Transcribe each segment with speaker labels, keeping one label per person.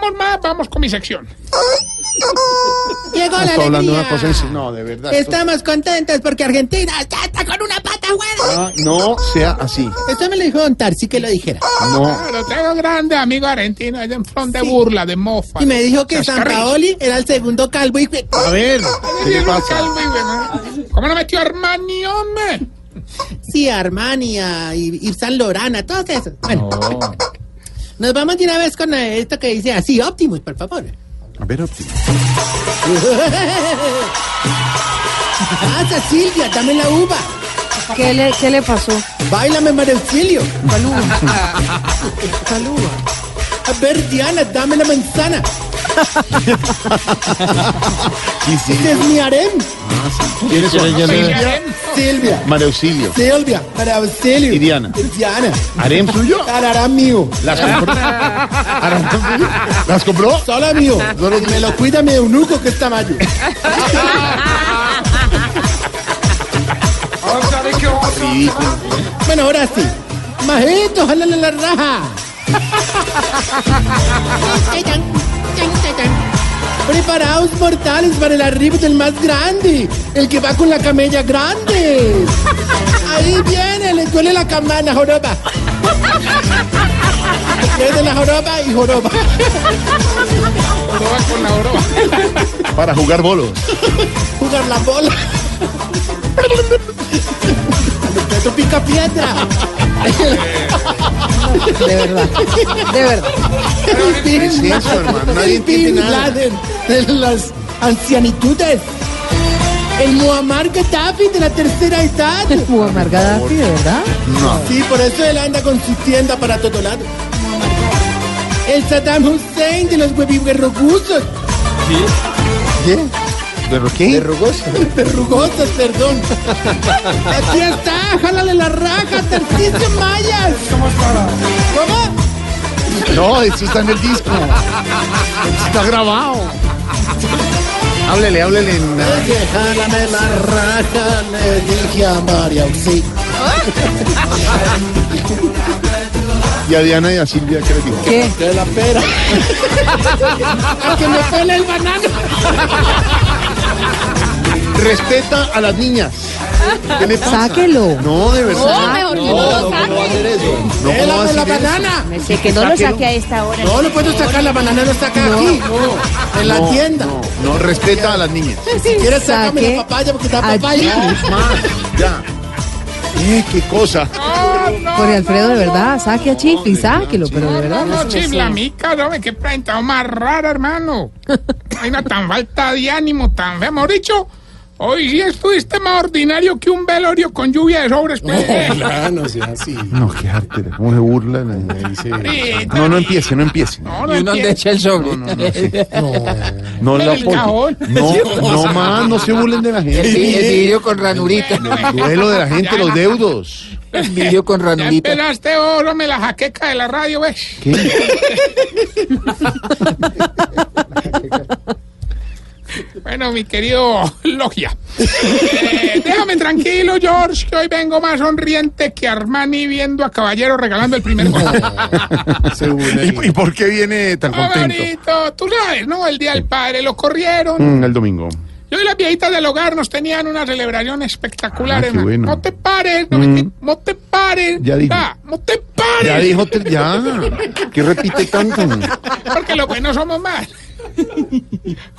Speaker 1: digamos más, vamos con mi sección.
Speaker 2: Llegó la
Speaker 3: Está hablando
Speaker 2: alegría.
Speaker 3: una cosa en sí. No, de verdad. esto-
Speaker 2: Estamos contentos porque Argentina ya está con una pata buena.
Speaker 3: Ah, no sea así.
Speaker 2: Esto me lo dijo Don Tarsi que lo dijera.
Speaker 3: No.
Speaker 1: Lo tengo grande, amigo argentino, allá en front de
Speaker 2: Sí.
Speaker 1: burla, de mofa.
Speaker 2: Y me dijo que San
Speaker 1: Paolo
Speaker 2: Paoli era el segundo calvo y...
Speaker 3: A ver, ¿qué le pasa?
Speaker 1: ¿Cómo no metió Armani, hombre?
Speaker 2: Sí, Armania, y, y San Lorana, todos esos. Bueno,
Speaker 3: No.
Speaker 2: nos vamos de una vez con eh, esto que dice así, Optimus, por favor.
Speaker 3: A ver, Optimus.
Speaker 2: Pasa, Ah, Silvia, dame la uva.
Speaker 4: ¿Qué le, qué le pasó?
Speaker 2: Báilame, María Auxilio. ¿Cuál uva? ¿Cuál uva? A ver, Diana, dame la manzana.
Speaker 3: Sí, sí.
Speaker 2: Este es mi harem.
Speaker 3: ¿Quién es el
Speaker 1: Soy
Speaker 3: leyenda?
Speaker 1: Arem.
Speaker 2: Silvia,
Speaker 3: María Auxilio.
Speaker 2: Silvia, María Auxilio.
Speaker 3: Y Diana.
Speaker 2: Diana.
Speaker 3: ¿Harem suyo?
Speaker 2: Arará mío.
Speaker 3: ¿Las compró? ¿Harem suyo? ¿Las compró?
Speaker 2: Solo mío. Me lo cuida mi eunuco que es tamaño.
Speaker 3: Ridículo.
Speaker 2: Bueno, ahora sí. Majito, jálale la raja. Preparaos mortales para el arribo del más grande, el que va con la camella grande. Ahí viene, le duele la camana, joroba. Pierde la joroba y joroba.
Speaker 1: Joroba eh, con la joroba.
Speaker 3: Para jugar bolos.
Speaker 2: Jugar la bola. Alberto pica piedra.
Speaker 4: De verdad, de verdad.
Speaker 3: ¿Qué es eso, hermano? Nadie entiende
Speaker 2: Bin
Speaker 3: nada.
Speaker 2: Laden de las ancianitudes. El Muammar Gaddafi de la tercera edad.
Speaker 4: Muammar Gaddafi, de verdad.
Speaker 3: No.
Speaker 2: Sí, por eso él anda con su tienda para todo lado. El Saddam Hussein de los hueviverrugosos.
Speaker 3: ¿Qué? ¿De Roquín?
Speaker 2: Verrugosos, perdón. Aquí está, jálale la raja, Tarcisio Mayas. ¿Cómo?
Speaker 3: No, eso está en el disco. Eso está grabado. Háblele, háblele. en-
Speaker 2: que jálame la raja, le dije a María Auxilio.
Speaker 3: Y a Diana y a Silvia, ¿qué les digo?
Speaker 4: ¿Qué?
Speaker 2: De la pera. a que me pele el banano.
Speaker 3: Respeta a las niñas. ¿Qué le pasa?
Speaker 4: Sáquelo.
Speaker 3: No, de
Speaker 5: Oh,
Speaker 4: No,
Speaker 3: verdad.
Speaker 4: mejor que no lo saque.
Speaker 3: No, ¿cómo va a
Speaker 2: Pélame la
Speaker 3: decir eso?
Speaker 2: banana.
Speaker 4: Me sé que no lo saque a esta hora.
Speaker 2: No lo puedo sacar, la banana no está acá, aquí. En la
Speaker 3: No,
Speaker 2: tienda.
Speaker 3: No, no, respeta a las niñas.
Speaker 2: Si quieres, sácame
Speaker 4: Saque
Speaker 2: la papaya porque está
Speaker 4: a-
Speaker 2: papaya.
Speaker 3: Es más, ya. Eh, qué cosa.
Speaker 4: Jorge Alfredo, de verdad, saque a Chifli, sáquelo, pero de
Speaker 1: No,
Speaker 4: verdad.
Speaker 1: no, chiflamica, no me qué plantado más rara, hermano. Hay una tan falta de ánimo, tan fea. Mejor dicho, hoy sí estuviste más ordinario que un velorio con lluvia de sobres. pues.
Speaker 2: no sea así.
Speaker 3: No, qué arte. ¿Cómo se burla? No, no empiece, no empiece.
Speaker 1: No, no entiendo.
Speaker 6: el sobre.
Speaker 3: No la
Speaker 1: El cajón.
Speaker 3: apoye. No, no más, no se burlen de la gente.
Speaker 6: vidrio con ranurita.
Speaker 3: El duelo de la gente, los deudos.
Speaker 6: El vidrio con
Speaker 1: Ya empezaste, oro, me la jaqueca de la radio, pues. ves.
Speaker 3: ¿Qué?
Speaker 1: Bueno, mi querido Logia. Eh, déjame tranquilo, George, que hoy vengo más sonriente que Armani viendo a Caballero regalando el primer gol.
Speaker 3: ¿Y, y por qué viene tan
Speaker 1: Ah,
Speaker 3: contento?
Speaker 1: bonito, tú sabes, ¿no? El Día del Padre, lo corrieron.
Speaker 3: Mm, el domingo.
Speaker 1: Yo y las viejitas del hogar nos tenían una celebración espectacular,
Speaker 3: Ah, qué
Speaker 1: hermano.
Speaker 3: bueno. Mm.
Speaker 1: No te pares, no, me- no te pares.
Speaker 3: Ya dijo.
Speaker 1: Ah, No te pares.
Speaker 3: Ya dijo, te- ya. ¿Qué repite tanto?
Speaker 1: Porque los buenos somos más.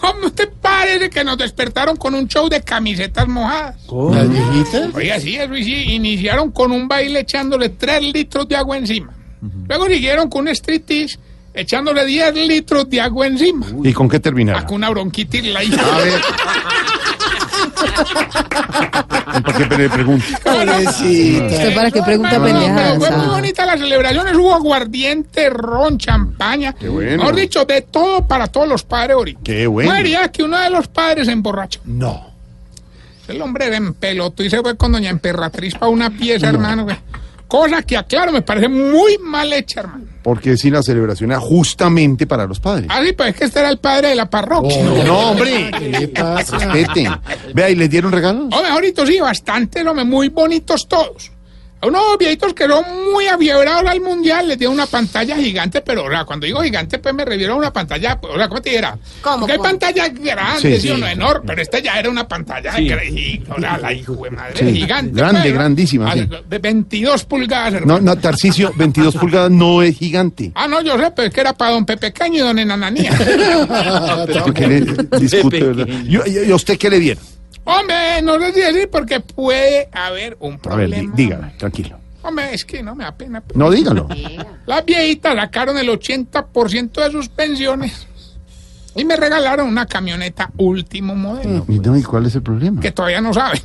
Speaker 1: ¿Cómo te parece que nos despertaron con un show de camisetas mojadas?
Speaker 3: ¿Las viejitas?
Speaker 1: Oiga, sí, eso y sí. Iniciaron con un baile echándole 3 litros de agua encima. Luego siguieron con un striptease echándole 10 litros de agua encima.
Speaker 3: ¿Y con qué terminaron?
Speaker 1: Ah, Con una bronquitis la
Speaker 3: A
Speaker 1: hija.
Speaker 3: ver. ¿Para qué le pregunto?
Speaker 2: Pobrecita.
Speaker 4: ¿Usted para qué
Speaker 1: No,
Speaker 4: pregunta
Speaker 1: no, pero fue muy
Speaker 4: pendejadas?
Speaker 1: bonita las celebraciones, hubo aguardiente, ron, champaña.
Speaker 3: Qué bueno.
Speaker 1: Mejor dicho, de todo para todos los padres ahorita.
Speaker 3: Qué bueno.
Speaker 1: No diría que uno de los padres se emborrachó.
Speaker 3: No.
Speaker 1: El hombre de empeloto y se fue con doña Emperatriz para una pieza, hermano. güey. Cosa que, aclaro, me parece muy mal hecha, hermano.
Speaker 3: Porque si la celebración era justamente para los padres.
Speaker 1: Ah, sí, pues es que este era el padre de la parroquia.
Speaker 3: Oh, No, hombre. Respeten. Vea, ¿y les dieron regalos?
Speaker 1: Hombre, ahorita sí, bastante, hombre, muy bonitos todos. unos viejitos que son muy aviebrados al mundial, les dieron una pantalla gigante, pero o sea, cuando digo gigante, pues me refiero a una pantalla, pues, o sea, ¿cómo te dijera?
Speaker 4: ¿Cómo,
Speaker 1: Porque hay
Speaker 4: cómo?
Speaker 1: pantallas grandes
Speaker 3: Sí,
Speaker 1: y
Speaker 3: sí.
Speaker 1: uno enorme, pero esta ya era una pantalla gre- o sea, la hijo de madre,
Speaker 3: Sí,
Speaker 1: gigante.
Speaker 3: grande,
Speaker 1: pues, ¿no?
Speaker 3: grandísima,
Speaker 1: Ah,
Speaker 3: sí.
Speaker 1: De 22 pulgadas, hermano.
Speaker 3: No, no, Tarcicio, 22 pulgadas no es gigante.
Speaker 1: Ah, no, yo sé, pero es que era para don Pepe Caño y don Enananía.
Speaker 3: Yo que le discuto, ¿verdad? Yo- yo- ¿Y a usted qué le dieron?
Speaker 1: Hombre, no les voy a decir porque puede haber un
Speaker 3: A ver, di-
Speaker 1: problema.
Speaker 3: dígame, tranquilo.
Speaker 1: Hombre, es que no me da pena. pues.
Speaker 3: No, dígalo.
Speaker 1: Las viejitas sacaron el 80% de sus pensiones y me regalaron una camioneta último modelo,
Speaker 3: Y no, ¿y cuál es el problema?
Speaker 1: que todavía no saben.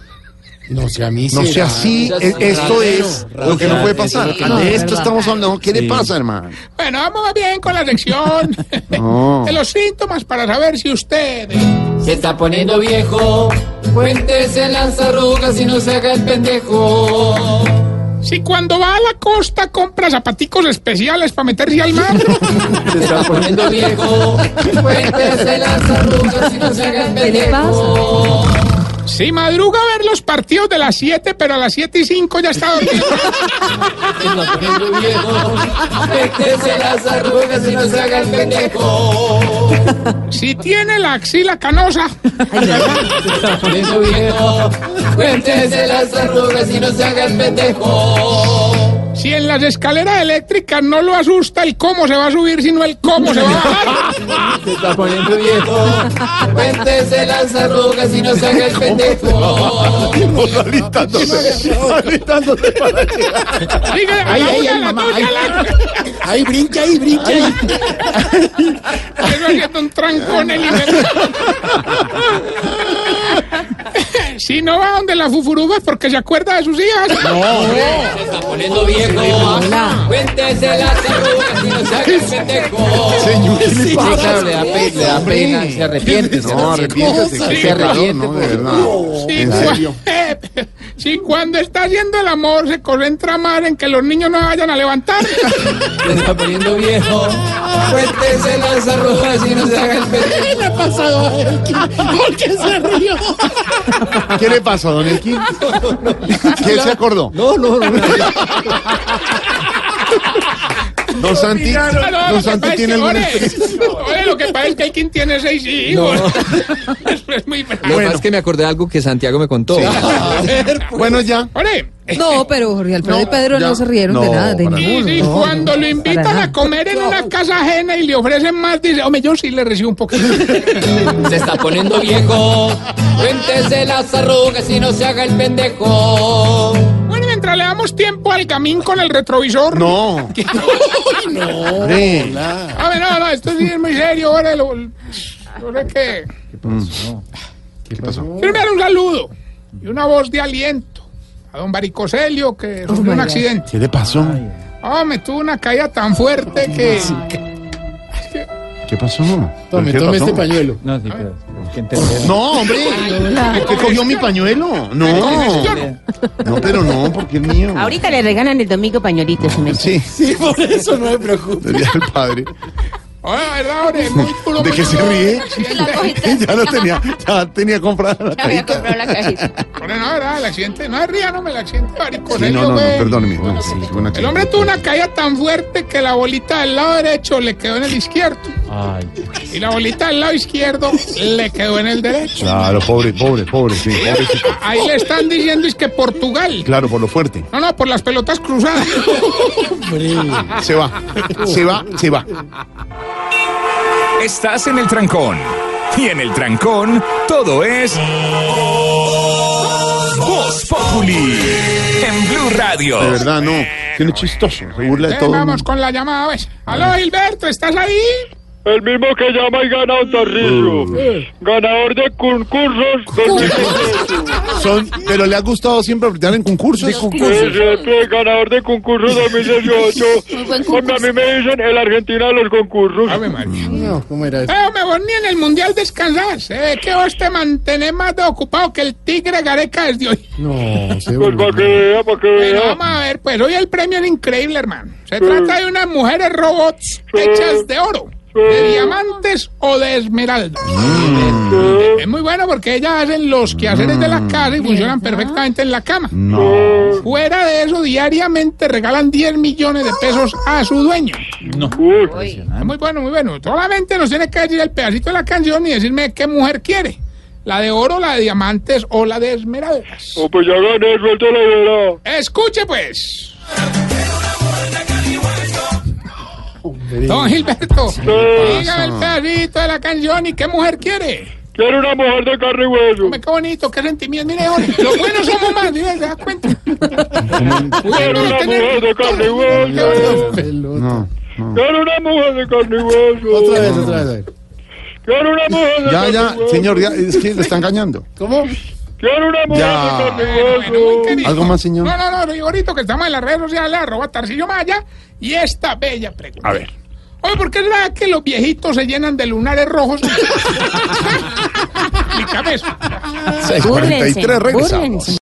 Speaker 2: No sea a mí.
Speaker 3: No sea
Speaker 2: será.
Speaker 3: así,
Speaker 6: Esas
Speaker 3: e-
Speaker 6: son
Speaker 3: esto
Speaker 6: raras.
Speaker 3: es lo que no puede pasar.
Speaker 4: no,
Speaker 3: De esto
Speaker 4: verdad.
Speaker 3: estamos hablando. ¿Qué le pasa, hermano?
Speaker 1: Bueno, vamos más bien con la sección
Speaker 3: No.
Speaker 1: de los síntomas para saber si usted...
Speaker 6: Se está poniendo viejo. Cuéntese las arrugas y no se haga el pendejo.
Speaker 1: Si cuando va a la costa compra zapaticos especiales para meterse al mar.
Speaker 6: Se está poniendo viejo. Cuéntese las arrugas y no se haga el
Speaker 4: ¿Qué le
Speaker 6: pendejo.
Speaker 1: Si madruga a ver los partidos de las 7, pero a las 7 y 5 ya está dormido.
Speaker 6: Se está poniendo viejo. Cuéntese las arrugas y no se haga el pendejo.
Speaker 1: Si tiene la axila canosa.
Speaker 6: Poniendo viejo. Cuéntese las arrugas y no se haga el pendejo.
Speaker 1: Si en las escaleras eléctricas no lo asusta el cómo se va a subir, sino el cómo se va a bajar.
Speaker 6: Se está poniendo viejo. Cuéntese las arrugas y no se haga el pendejo.
Speaker 3: Alistándose, alistándose para llegar.
Speaker 1: Diga, a
Speaker 2: Ay,
Speaker 1: la
Speaker 2: ay,
Speaker 1: una, a
Speaker 2: ay,
Speaker 1: la
Speaker 2: mamá,
Speaker 1: dos,
Speaker 2: ay.
Speaker 1: a la-
Speaker 2: Ay, brinca ahí, brinca ahí.
Speaker 1: Eso haciendo un trancón el Si no va donde la fufuruba es porque se acuerda de sus hijas.
Speaker 6: Se está poniendo viejo. Cuéntese las arrugas y no se haga el pendejo.
Speaker 3: Señor, ¿qué le pasa?
Speaker 6: le da pe- le da pena, se arrepiente.
Speaker 3: No, arrepiéntese.
Speaker 6: Se
Speaker 3: qué raro,
Speaker 6: arrepiente,
Speaker 3: no, de
Speaker 6: pues.
Speaker 3: verdad.
Speaker 1: Si,
Speaker 3: En serio.
Speaker 1: cua- si cuando está haciendo el amor se concentra más en que los niños no vayan a levantar.
Speaker 6: Se está poniendo viejo. Cuéntese las arrugas y no se haga el pendejo.
Speaker 2: ¿Qué le ha pasado a Elkin? ¿Por qué se rió?
Speaker 3: ¿Qué le pasa, don Elkin? ¿Quién se acordó? No, no, no. Don Santi,
Speaker 1: Ah, no,
Speaker 3: don
Speaker 1: lo que pasa
Speaker 3: Santi
Speaker 1: es que,
Speaker 3: tiene alguna...
Speaker 1: ore, ore, lo que pasa es que hay quien tiene seis hijos. Eso es muy bravo.
Speaker 3: Bueno. es
Speaker 6: que me acordé de algo que Santiago me contó.
Speaker 3: Bueno, ya.
Speaker 1: Ore,
Speaker 4: No, pero Jorge Alfredo
Speaker 3: No,
Speaker 4: y Pedro
Speaker 3: ya.
Speaker 4: no se rieron de
Speaker 3: No,
Speaker 4: nada, de
Speaker 3: para
Speaker 1: y
Speaker 4: ninguno.
Speaker 1: si
Speaker 4: no,
Speaker 1: cuando
Speaker 4: no,
Speaker 1: lo
Speaker 4: para
Speaker 1: invitan
Speaker 4: nada.
Speaker 1: a comer en una casa ajena y le ofrecen más, dice, hombre, yo sí le recibo un poquito.
Speaker 6: Se está poniendo viejo. Cuéntese las arrugas y no se haga el pendejo.
Speaker 1: Bueno, mientras le damos tiempo al camín con el retrovisor.
Speaker 3: No. Hombre.
Speaker 1: A ver, no, no, esto sí es muy serio, ore, lo- lo- ore que...
Speaker 3: ¿Qué pasó?
Speaker 1: Primero un saludo y una voz de aliento a don Baricoselio que sufrió un
Speaker 4: my
Speaker 1: accidente.
Speaker 3: ¿Qué le pasó?
Speaker 1: Oh, me tuvo una caída tan fuerte que...
Speaker 3: ¿Qué pasó?
Speaker 2: Tome,
Speaker 3: ¿Qué
Speaker 2: tome
Speaker 3: pasó? Oh,
Speaker 2: este pañuelo.
Speaker 7: No, sí, pero hay que entender.
Speaker 3: No, hombre. ¿Por qué cogió mi pañuelo? No. No, pero no, porque es mío.
Speaker 5: Ahorita le regalan el domingo pañuelitos. se me-
Speaker 3: Sí,
Speaker 2: Sí, por eso no me preocupe.
Speaker 3: le dije al padre.
Speaker 1: Oh, la verdad, hombre, muy duro,
Speaker 3: ¿De
Speaker 1: muy
Speaker 3: qué se
Speaker 1: duro.
Speaker 3: ríe?
Speaker 5: cogiste.
Speaker 3: Ya lo tenía, ya tenía comprada la
Speaker 5: Ya voy a
Speaker 3: cajita.
Speaker 5: comprar la cajita.
Speaker 1: Hombre, no, verdad, el accidente, no se ría, no me el accidente,
Speaker 3: Sí,
Speaker 1: Baricoselio
Speaker 3: no, no, no,
Speaker 1: fue-
Speaker 3: perdóneme. no, sí, fue una
Speaker 1: El hombre tuvo una caída tan fuerte que la bolita del lado derecho le quedó en el izquierdo
Speaker 7: Ay,
Speaker 1: y la bolita del lado izquierdo le quedó en el derecho.
Speaker 3: Claro, pobre, pobre, pobre, sí, pobrecito.
Speaker 1: Ahí le están diciendo es que Portugal.
Speaker 3: Claro, por lo fuerte.
Speaker 1: No, no, por las pelotas cruzadas.
Speaker 3: Se va, se va, se va.
Speaker 8: Estás en el trancón. Y en el trancón, todo es. Voz Populi. En Blue Radio.
Speaker 3: De verdad, no. Tiene chistoso, se burla de
Speaker 1: Eh,
Speaker 3: todo. el
Speaker 1: vamos
Speaker 3: mundo.
Speaker 1: con la llamada, pues. Aló, Gilberto, ¿estás ahí?
Speaker 9: El mismo que llama y gana un tarrillo.
Speaker 3: Mm.
Speaker 9: Ganador de concursos.
Speaker 3: Son, pero le ha gustado siempre apretar en concursos.
Speaker 9: Siempre ganador de concursos 2018. Hombre, a mí me dicen el Argentina de los concursos.
Speaker 1: Ave María.
Speaker 2: No, ¿cómo era eso?
Speaker 1: Eh, hombre, vos ni en el mundial descansás. Eh, que vos te mantenés más de ocupado que el tigre Gareca desde hoy.
Speaker 2: No, se
Speaker 9: Pues para que
Speaker 2: volvió.
Speaker 9: vea, para Ah, que
Speaker 1: Bueno,
Speaker 9: vea.
Speaker 1: vamos a ver, pues hoy el premio es increíble, hermano. Se trata de unas mujeres robots hechas de oro, de diamantes Mercedes o de Esmeralda. Es muy bueno porque ellas hacen los quehaceres de la casa y funcionan perfectamente en la cama. Fuera de eso, diariamente regalan 10 millones de pesos a su dueño.
Speaker 9: Uy,
Speaker 1: Es muy bueno, muy bueno. Solamente nos tiene que decir el pedacito de la canción y decirme qué mujer quiere. La de oro, la de diamantes o la de esmeraldas.
Speaker 9: oh, pues ya gané, suelta la verdad.
Speaker 1: Escuche pues. Don Gilberto, dígame el pedacito de la canción y qué mujer quiere.
Speaker 9: Quiero una mujer de carne y hueso.
Speaker 1: Hombre, qué bonito, qué sentimiento. Mire, hombre, los buenos somos más, mire, se da cuenta.
Speaker 9: Quiero una mujer de carne y hueso.
Speaker 3: No.
Speaker 9: Quiero una mujer de carne y hueso.
Speaker 2: Otra vez, otra vez. a ver.
Speaker 9: Quiero una mujer de
Speaker 3: Ya,
Speaker 9: carne
Speaker 3: ya,
Speaker 9: y hueso.
Speaker 3: señor, ya, es que le está engañando.
Speaker 2: ¿Cómo?
Speaker 9: Quiero una mujer
Speaker 3: Ya.
Speaker 9: de carne y
Speaker 1: Bueno, muy
Speaker 9: hueso.
Speaker 1: querido.
Speaker 3: ¿Algo más, señor?
Speaker 1: No, no, no, Igorito, que estamos en las redes sociales, arroba Tarcillo Maya, y esta bella pregunta.
Speaker 8: A ver.
Speaker 1: Oye, Oh, ¿por qué es verdad que los viejitos se llenan de lunares rojos? Mi cabeza.
Speaker 5: Búrlense,
Speaker 3: 643 regresamos.
Speaker 5: búrlense.